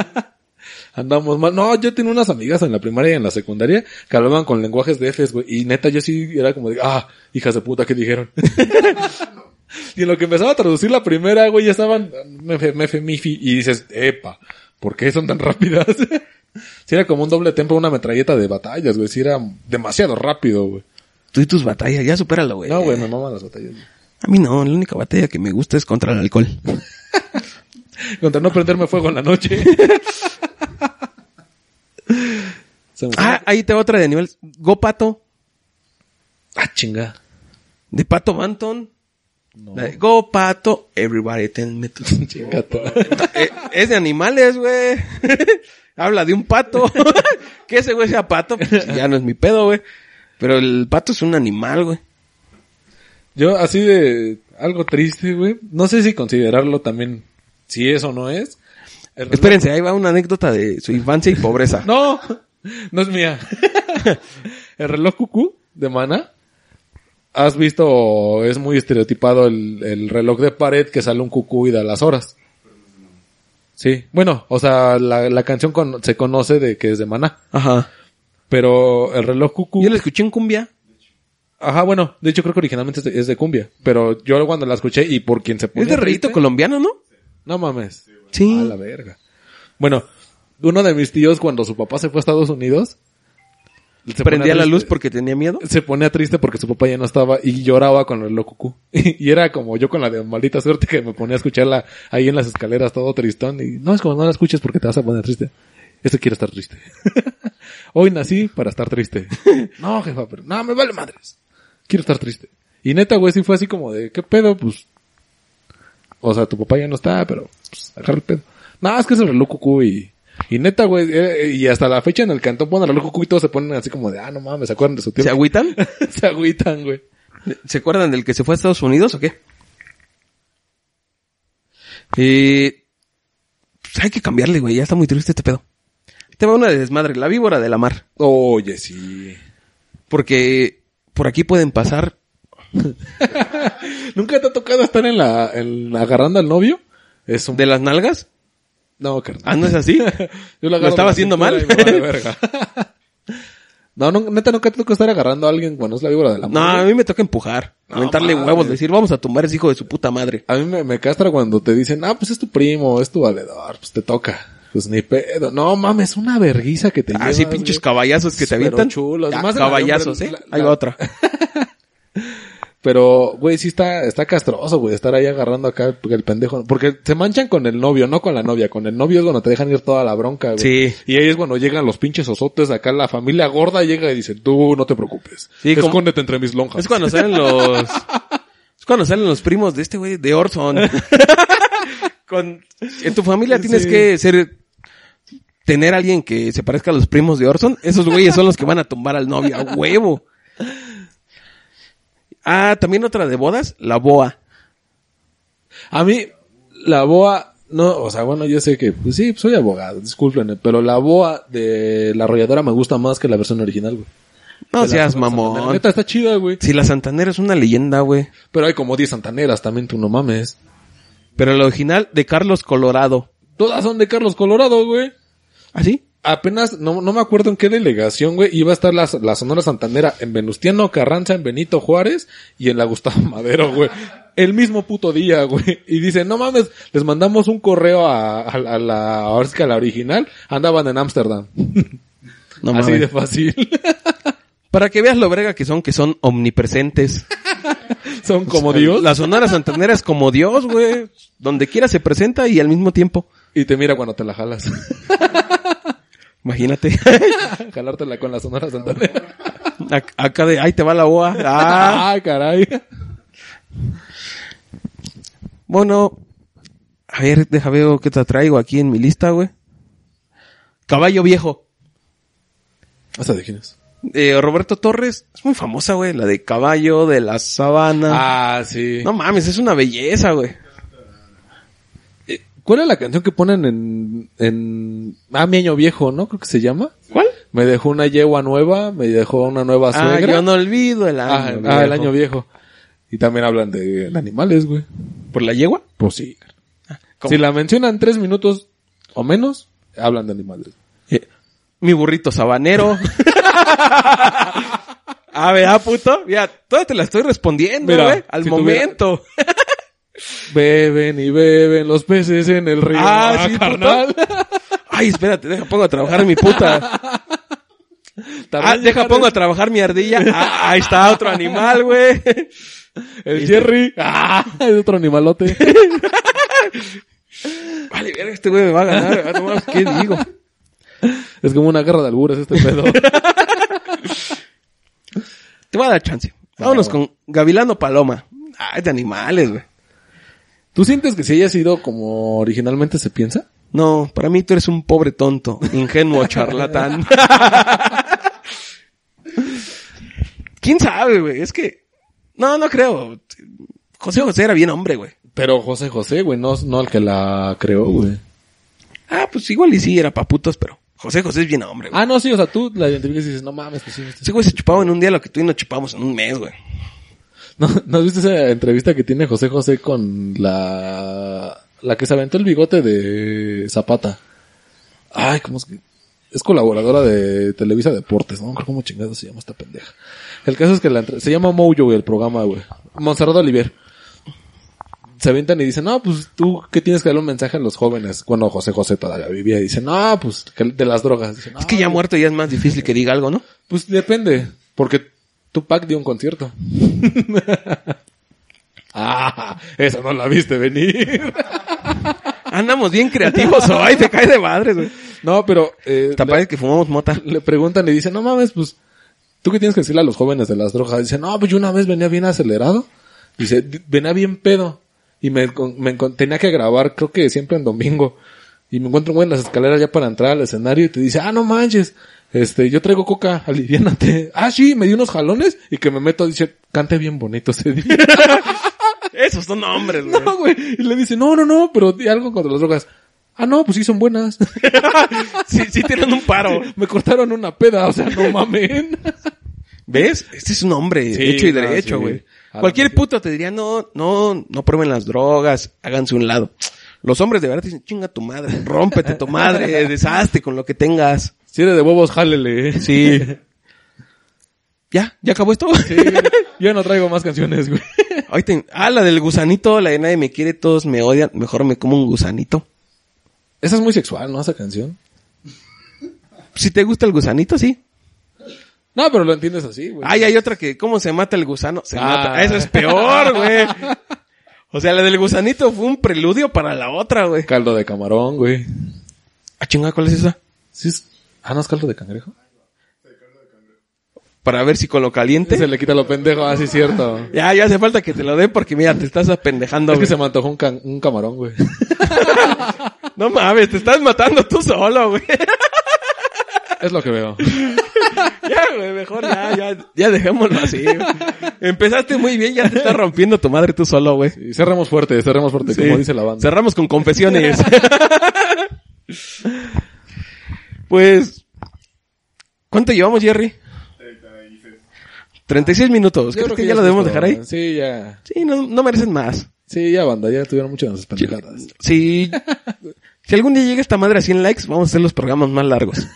Speaker 1: Andamos mal. No, yo tenía unas amigas en la primaria y en la secundaria que hablaban con lenguajes de Fs, güey. Y neta, yo sí era como de, ah, hijas de puta, ¿qué dijeron? y en lo que empezaba a traducir la primera, güey, ya estaban, me, fe- me, fe- mi, fi", y dices, epa, ¿por qué son tan rápidas? si era como un doble tempo, una metralleta de batallas, güey. Si era demasiado rápido, güey.
Speaker 2: Tú y tus batallas, ya supéralo, güey.
Speaker 1: No, güey, me maman las batallas. güey.
Speaker 2: A mí no, la única batalla que me gusta es contra el alcohol.
Speaker 1: Contra no prenderme fuego en la noche. Se me fue.
Speaker 2: Ah, ahí te va otra de animales. Gopato,
Speaker 1: ah, chinga.
Speaker 2: de Pato Banton.
Speaker 1: No.
Speaker 2: La de Gopato, everybody tell me to...
Speaker 1: Chinga tú.
Speaker 2: Eh, es de animales, güey. Habla de un pato. que ese güey sea pato, pues, ya no es mi pedo, güey. Pero el pato es un animal, güey.
Speaker 1: Yo, así de algo triste, güey. No sé si considerarlo también, si es o no es. El reloj-
Speaker 2: Espérense, ahí va una anécdota de su infancia y pobreza.
Speaker 1: No, no es mía. el reloj cucú de Mana. Has visto, es muy estereotipado el, el reloj de pared que sale un cucú y da las horas. Sí, bueno, o sea, la, la canción con- se conoce de que es de Maná.
Speaker 2: Ajá.
Speaker 1: Pero el reloj cucú...
Speaker 2: Yo lo escuché en cumbia.
Speaker 1: Ajá, bueno, de hecho creo que originalmente es de, es de cumbia. Pero yo cuando la escuché y por quien se
Speaker 2: Es
Speaker 1: ponía
Speaker 2: de reyito
Speaker 1: triste-
Speaker 2: colombiano, ¿no? Ah,
Speaker 1: No mames.
Speaker 2: Sí.
Speaker 1: A la verga. Bueno, uno de mis tíos cuando su papá se fue a Estados Unidos... se
Speaker 2: Prendía
Speaker 1: ponía
Speaker 2: la
Speaker 1: triste-
Speaker 2: luz porque tenía miedo.
Speaker 1: Se ponía triste porque su papá ya no estaba y lloraba con el reloj cucú. Y era como yo con la de maldita suerte que me ponía a escucharla ahí en las escaleras todo tristón. Y no, es como no la escuches porque te vas a poner triste. Este quiere estar triste. Hoy nací para estar triste. No, jefa, pero no, me vale madres. Quiero estar triste. Y neta, güey, sí fue así como de, ¿qué pedo? Pues, O sea, tu papá ya no está, pero pues, agarra el pedo. No, es que es el reloj cucú y... Y neta, güey, eh, y hasta la fecha en el cantón ponen el reloj cucú y todos se ponen así como de, ah, no mames, ¿se acuerdan de su
Speaker 2: ¿Se
Speaker 1: tiempo?
Speaker 2: agüitan?
Speaker 1: se agüitan, güey.
Speaker 2: ¿Se acuerdan del que se fue a Estados Unidos o qué? Eh, pues hay que cambiarle, güey. Ya está muy triste este pedo. Te va una de desmadre. La víbora de la mar.
Speaker 1: Oye, sí.
Speaker 2: Porque por aquí pueden pasar.
Speaker 1: ¿Nunca te ha tocado estar en la, en, agarrando al novio? Es un...
Speaker 2: ¿De las nalgas?
Speaker 1: No, carnal.
Speaker 2: Ah, ¿no es así?
Speaker 1: Yo
Speaker 2: ¿Lo
Speaker 1: agarro de la
Speaker 2: estaba haciendo
Speaker 1: cintura
Speaker 2: mal?
Speaker 1: y me vale verga. no, no, neta, nunca te toca estar agarrando a alguien cuando es la víbora de la
Speaker 2: No, a mí me toca empujar.
Speaker 1: No,
Speaker 2: Aventarle
Speaker 1: mames.
Speaker 2: huevos. Decir, vamos a tumbar a ese hijo de su puta madre.
Speaker 1: A mí me, me castra cuando te dicen, ah, pues es tu primo, es tu valedor, pues te toca. Pues ni pedo. No mames, una verguiza que te
Speaker 2: Así Ah, pinches
Speaker 1: cabros.
Speaker 2: caballazos que te
Speaker 1: Pero
Speaker 2: avientan.
Speaker 1: chulos.
Speaker 2: Ah,
Speaker 1: Más en la de hombre,
Speaker 2: caballazos, ¿eh?
Speaker 1: la-
Speaker 2: Ahí
Speaker 1: la-
Speaker 2: va otra.
Speaker 1: Pero, güey, sí está, está castroso, güey, estar ahí agarrando acá el pendejo. Porque se manchan con el novio, no con la novia. Con el novio es cuando te dejan ir toda la bronca, güey.
Speaker 2: Sí.
Speaker 1: Y ahí es cuando llegan los pinches osotes acá, la familia gorda llega y dice, tú no te preocupes.
Speaker 2: Sí, como-
Speaker 1: Escóndete entre mis lonjas.
Speaker 2: Es cuando salen los. Es cuando salen los primos de este güey, de Orson. Con, en tu familia tienes
Speaker 1: Sí.
Speaker 2: que ser. Tener alguien que se parezca a los primos de Orson. Esos güeyes son los que van a tumbar al novio, a huevo. Ah, también otra de bodas, la boa.
Speaker 1: A mí, la boa, no, o sea, bueno, yo sé que, pues sí, soy abogado, discúlpenme, pero la boa de la arrolladora me gusta más que la versión original, güey.
Speaker 2: No
Speaker 1: De la-
Speaker 2: seas
Speaker 1: de la Santanera.
Speaker 2: mamón.
Speaker 1: Neta, está chida, güey.
Speaker 2: Si la Santanera es una leyenda, güey.
Speaker 1: Pero hay como 10 santaneras también, tú no mames.
Speaker 2: Pero la original de Carlos Colorado.
Speaker 1: Todas son de Carlos Colorado, güey.
Speaker 2: ¿Ah, sí?
Speaker 1: Apenas, no, no me acuerdo en qué delegación, güey, iba a estar la, la Sonora Santanera en Venustiano Carranza, en Benito Juárez y en la Gustavo Madero, güey. El mismo puto día, güey. Y dice, no mames, les mandamos un correo a, a, la- a la, ahora sí que a la original. Andaban en Ámsterdam.
Speaker 2: No
Speaker 1: Así
Speaker 2: mames.
Speaker 1: de fácil.
Speaker 2: Para que veas lo brega que son, que son omnipresentes.
Speaker 1: Son como
Speaker 2: O sea,
Speaker 1: Dios.
Speaker 2: La Sonora Santanera es como Dios, güey. Donde quiera se presenta y al mismo tiempo.
Speaker 1: Y te mira cuando te la jalas.
Speaker 2: Imagínate.
Speaker 1: Jalártela con la Sonora Santanera.
Speaker 2: Ac- Acá de, ahí te va la boa. Ah.
Speaker 1: Ah, caray.
Speaker 2: Bueno. A ver, deja ver qué te traigo aquí en mi lista, güey. Caballo Viejo.
Speaker 1: ¿Hasta de quién es?
Speaker 2: Eh, Roberto Torres. Es muy famosa, güey. La de Caballo, de la Sabana.
Speaker 1: Ah, sí.
Speaker 2: No mames, es una belleza, güey.
Speaker 1: Eh, ¿Cuál es la canción que ponen en, en, ah, mi año viejo, ¿no? Creo que se llama.
Speaker 2: ¿Cuál?
Speaker 1: Me dejó una yegua nueva, me dejó una nueva
Speaker 2: Ah,
Speaker 1: suegra.
Speaker 2: yo no olvido el año.
Speaker 1: Ah,
Speaker 2: viejo.
Speaker 1: ah, el año viejo. Y también hablan de, de animales, güey.
Speaker 2: ¿Por la yegua?
Speaker 1: Pues sí.
Speaker 2: Ah, ¿Cómo?
Speaker 1: Si la mencionan tres minutos o menos, hablan de animales.
Speaker 2: Eh, Mi burrito sabanero. A ver, ah, puto. Mira, todas te la estoy respondiendo,
Speaker 1: Mira,
Speaker 2: güey. Al
Speaker 1: si
Speaker 2: momento.
Speaker 1: Beben y beben los peces en el río.
Speaker 2: Ah, sí, puto.
Speaker 1: carnal.
Speaker 2: Ay, espérate, deja pongo a trabajar mi puta. Ah,
Speaker 1: También
Speaker 2: deja
Speaker 1: llegaron
Speaker 2: pongo a trabajar mi ardilla. Ah, ahí está otro animal, güey.
Speaker 1: El Jerry. Ah, es otro animalote.
Speaker 2: Vale, verga, este güey me va a ganar. Ah, no mames, ¿Qué digo?
Speaker 1: es como una guerra de albures este pedo.
Speaker 2: Te voy a dar chance. Vámonos con Gavilano Paloma. Ah, es de animales, güey.
Speaker 1: ¿Tú sientes que si haya sido como originalmente se piensa?
Speaker 2: No, para mí tú eres un pobre tonto, ingenuo, charlatán. ¿Quién sabe, güey? Es que... No, no creo. José José era bien hombre, güey.
Speaker 1: Pero José José, güey, no, no el que la creó, güey.
Speaker 2: Ah, pues igual y sí, era paputos, pero José José es bien hombre, güey.
Speaker 1: Ah, no, sí, o sea, tú la identificas y dices, no mames, que sí. este-
Speaker 2: Ese güey se chupaba en un día lo que tú y nos chupamos en un mes, güey.
Speaker 1: ¿No, ¿No has visto esa entrevista que tiene José José con la... La que se aventó el bigote de Zapata? Ay, ¿cómo es que...? Es colaboradora de Televisa Deportes, ¿no? Creo cómo chingado se llama esta pendeja. El caso es que la entre- se llama Mojo, güey, el programa, güey. Monserrat Olivier. Se avientan y dicen, no, pues tú, ¿qué tienes que darle un mensaje a los jóvenes? Cuando José José todavía vivía. Y dice, no, pues, que- de las drogas. Dice,
Speaker 2: Es
Speaker 1: "No,
Speaker 2: que ya muerto ya es más difícil que diga algo, ¿no?
Speaker 1: Pues depende, porque Tupac dio un concierto. ah, esa no la viste venir.
Speaker 2: Andamos bien creativos hoy, te cae de madres, güey.
Speaker 1: no, pero eh,
Speaker 2: Te parece que fumamos mota.
Speaker 1: le preguntan y dicen, no mames, pues, ¿tú qué tienes que decirle a los jóvenes de las drogas? Dicen, no, pues yo una vez venía bien acelerado. Dice, "D- venía bien pedo. Y me, encon- me encon- tenía que grabar, creo que siempre en domingo. Y me encuentro un güey en las escaleras ya para entrar al escenario y te dice, ah, no manches, este, yo traigo coca, aliviánate. Ah, sí, me dio unos jalones y que me meto, dice, cante bien bonito ese día.
Speaker 2: Esos son nombres, güey.
Speaker 1: No, güey. Y le dice, no, no, no, pero di algo contra las drogas. Ah, no, pues sí son buenas.
Speaker 2: Sí, sí tienen un paro.
Speaker 1: me cortaron una peda, o sea, no mamen.
Speaker 2: ¿Ves? Este es un hombre
Speaker 1: Sí,
Speaker 2: hecho y
Speaker 1: no,
Speaker 2: derecho,
Speaker 1: sí.
Speaker 2: güey.
Speaker 1: A la
Speaker 2: Cualquier
Speaker 1: mafia.
Speaker 2: puto te diría, no, no, no prueben las drogas, háganse un lado. Los hombres de verdad te dicen, chinga tu madre, rómpete tu madre, deshazte con lo que tengas.
Speaker 1: si eres de huevos, jálele. ¿eh?
Speaker 2: Sí. ¿Ya? ¿Ya acabó esto?
Speaker 1: Sí, yo no traigo más canciones, güey.
Speaker 2: Ahí te- Ah, la del gusanito, la de nadie me quiere, todos me odian, mejor me como un gusanito.
Speaker 1: Esa es muy sexual, ¿no? Esa canción.
Speaker 2: Si te gusta el gusanito, sí.
Speaker 1: No, pero lo entiendes así, güey.
Speaker 2: Ay, hay otra que, ¿cómo se mata el gusano? Se
Speaker 1: Ah.
Speaker 2: mata. Eso es peor, güey. O sea, la del gusanito fue un preludio para la otra, güey.
Speaker 1: Caldo de camarón, güey.
Speaker 2: Ah, chingada, ¿cuál es esa?
Speaker 1: ¿Sí es... Ah, ¿no es caldo de cangrejo?
Speaker 2: Para ver si con lo caliente.
Speaker 1: Se le quita lo pendejo, ah, sí, cierto.
Speaker 2: Ya, ya hace falta que te lo den porque mira, te estás apendejando.
Speaker 1: es que
Speaker 2: güey.
Speaker 1: se me antojó un, can- un camarón, güey.
Speaker 2: No mames, te estás matando tú solo, güey.
Speaker 1: es lo que veo.
Speaker 2: Ya, güey, mejor ya, ya, ya dejémoslo así. güey. Empezaste muy bien, ya te estás rompiendo tu madre tú solo, güey.
Speaker 1: Y cerremos fuerte, cerremos fuerte,
Speaker 2: Sí.
Speaker 1: como dice la banda.
Speaker 2: Cerramos con confesiones. pues, ¿cuánto llevamos, Jerry? 36 minutos.
Speaker 1: Yo
Speaker 2: ¿Crees
Speaker 1: creo
Speaker 2: que, ya lo
Speaker 1: es
Speaker 2: debemos
Speaker 1: justo, ¿eh?
Speaker 2: dejar ahí?
Speaker 1: Sí, ya.
Speaker 2: Sí, no, no merecen más.
Speaker 1: Sí, ya, banda, ya tuvieron muchas de las pendejadas.
Speaker 2: Si, si algún día llega esta madre a 100 likes, vamos a hacer los programas más largos.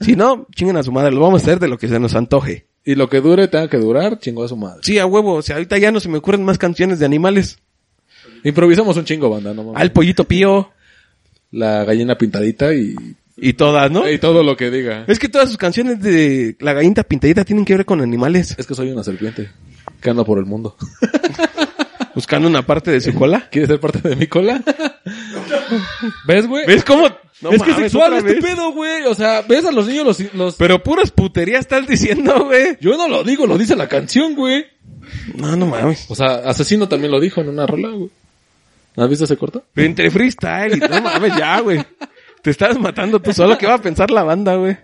Speaker 2: Si no, chinguen a su madre, lo vamos a hacer de lo que se nos antoje.
Speaker 1: Y lo que dure, tenga que durar, chingó a su madre.
Speaker 2: Sí, a huevo, o sea, ahorita ya no se me ocurren más canciones de animales.
Speaker 1: Improvisamos un chingo, banda, no mames.
Speaker 2: Al pollito pío
Speaker 1: La gallina pintadita y,
Speaker 2: y todas, ¿no?
Speaker 1: y todo lo que diga.
Speaker 2: Es que todas sus canciones de La Gallinita Pintadita tienen que ver con animales.
Speaker 1: Es que soy una serpiente que anda por el mundo.
Speaker 2: Buscando una parte de su cola.
Speaker 1: ¿Quieres ser parte de mi cola? ¿Ves, güey?
Speaker 2: ¿Ves cómo? No
Speaker 1: es que es
Speaker 2: mames,
Speaker 1: sexual
Speaker 2: otra
Speaker 1: este
Speaker 2: vez.
Speaker 1: pedo, güey. O sea, ves a los niños los... los-
Speaker 2: Pero puras puterías estás diciendo, güey.
Speaker 1: Yo no lo digo, lo dice la canción, güey.
Speaker 2: No, no mames.
Speaker 1: O sea, Asesino también lo dijo en una rola, güey. ¿Has visto ese corto?
Speaker 2: Entre freestyle y no mames, ya, güey. Te estás matando tú solo. ¿Qué va a pensar la banda, güey?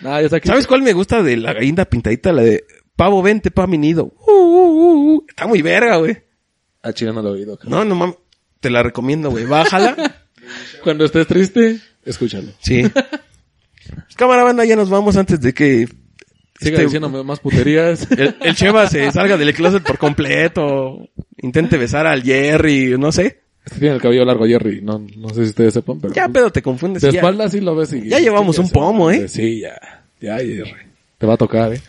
Speaker 1: Nah, Ah, ya está aquí.
Speaker 2: ¿Sabes cuál me gusta de la gallina pintadita? La de Pavo, vente pa' mi nido. Uh, uh, uh, uh. Está muy verga, güey.
Speaker 1: Ah, chido, no lo he oído. cabrón.
Speaker 2: No, no mames. Te la recomiendo, güey. Bájala.
Speaker 1: Cuando estés triste, escúchalo.
Speaker 2: Sí. Cámara banda, ya nos vamos antes de que
Speaker 1: Siga
Speaker 2: este-
Speaker 1: diciéndome más puterías.
Speaker 2: el, el Cheva se salga del closet por completo. Intente besar al Jerry, no sé.
Speaker 1: Este tiene el cabello largo, Jerry. No, no sé si ustedes sepan, pero...
Speaker 2: Ya, pero te confundes.
Speaker 1: De
Speaker 2: ya.
Speaker 1: espalda sí lo ves y...
Speaker 2: Ya llevamos un pomo, ¿eh?
Speaker 1: Sí, ya. Ya, Jerry. Te va a tocar, ¿eh?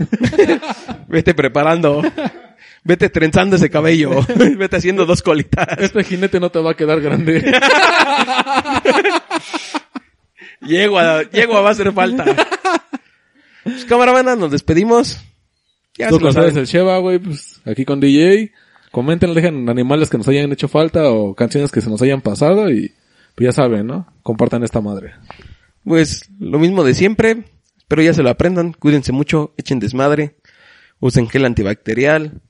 Speaker 2: Vete preparando. Vete trenzando ese cabello. Vete haciendo dos colitas.
Speaker 1: Este jinete no te va a quedar grande.
Speaker 2: Yegua, yegua va a hacer falta. Pues, cámara banda, nos despedimos. Ya
Speaker 1: Tú
Speaker 2: se lo
Speaker 1: con sabes
Speaker 2: saben.
Speaker 1: el Sheva, güey, pues aquí con DJ. Comenten, dejen animales que nos hayan hecho falta o canciones que se nos hayan pasado y pues ya saben, ¿no? Compartan esta madre.
Speaker 2: Pues lo mismo de siempre. Espero ya se lo aprendan. Cuídense mucho, echen desmadre. Usen gel antibacterial.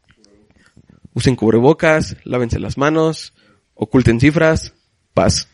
Speaker 2: Usen cubrebocas, lávense las manos, oculten cifras. Paz.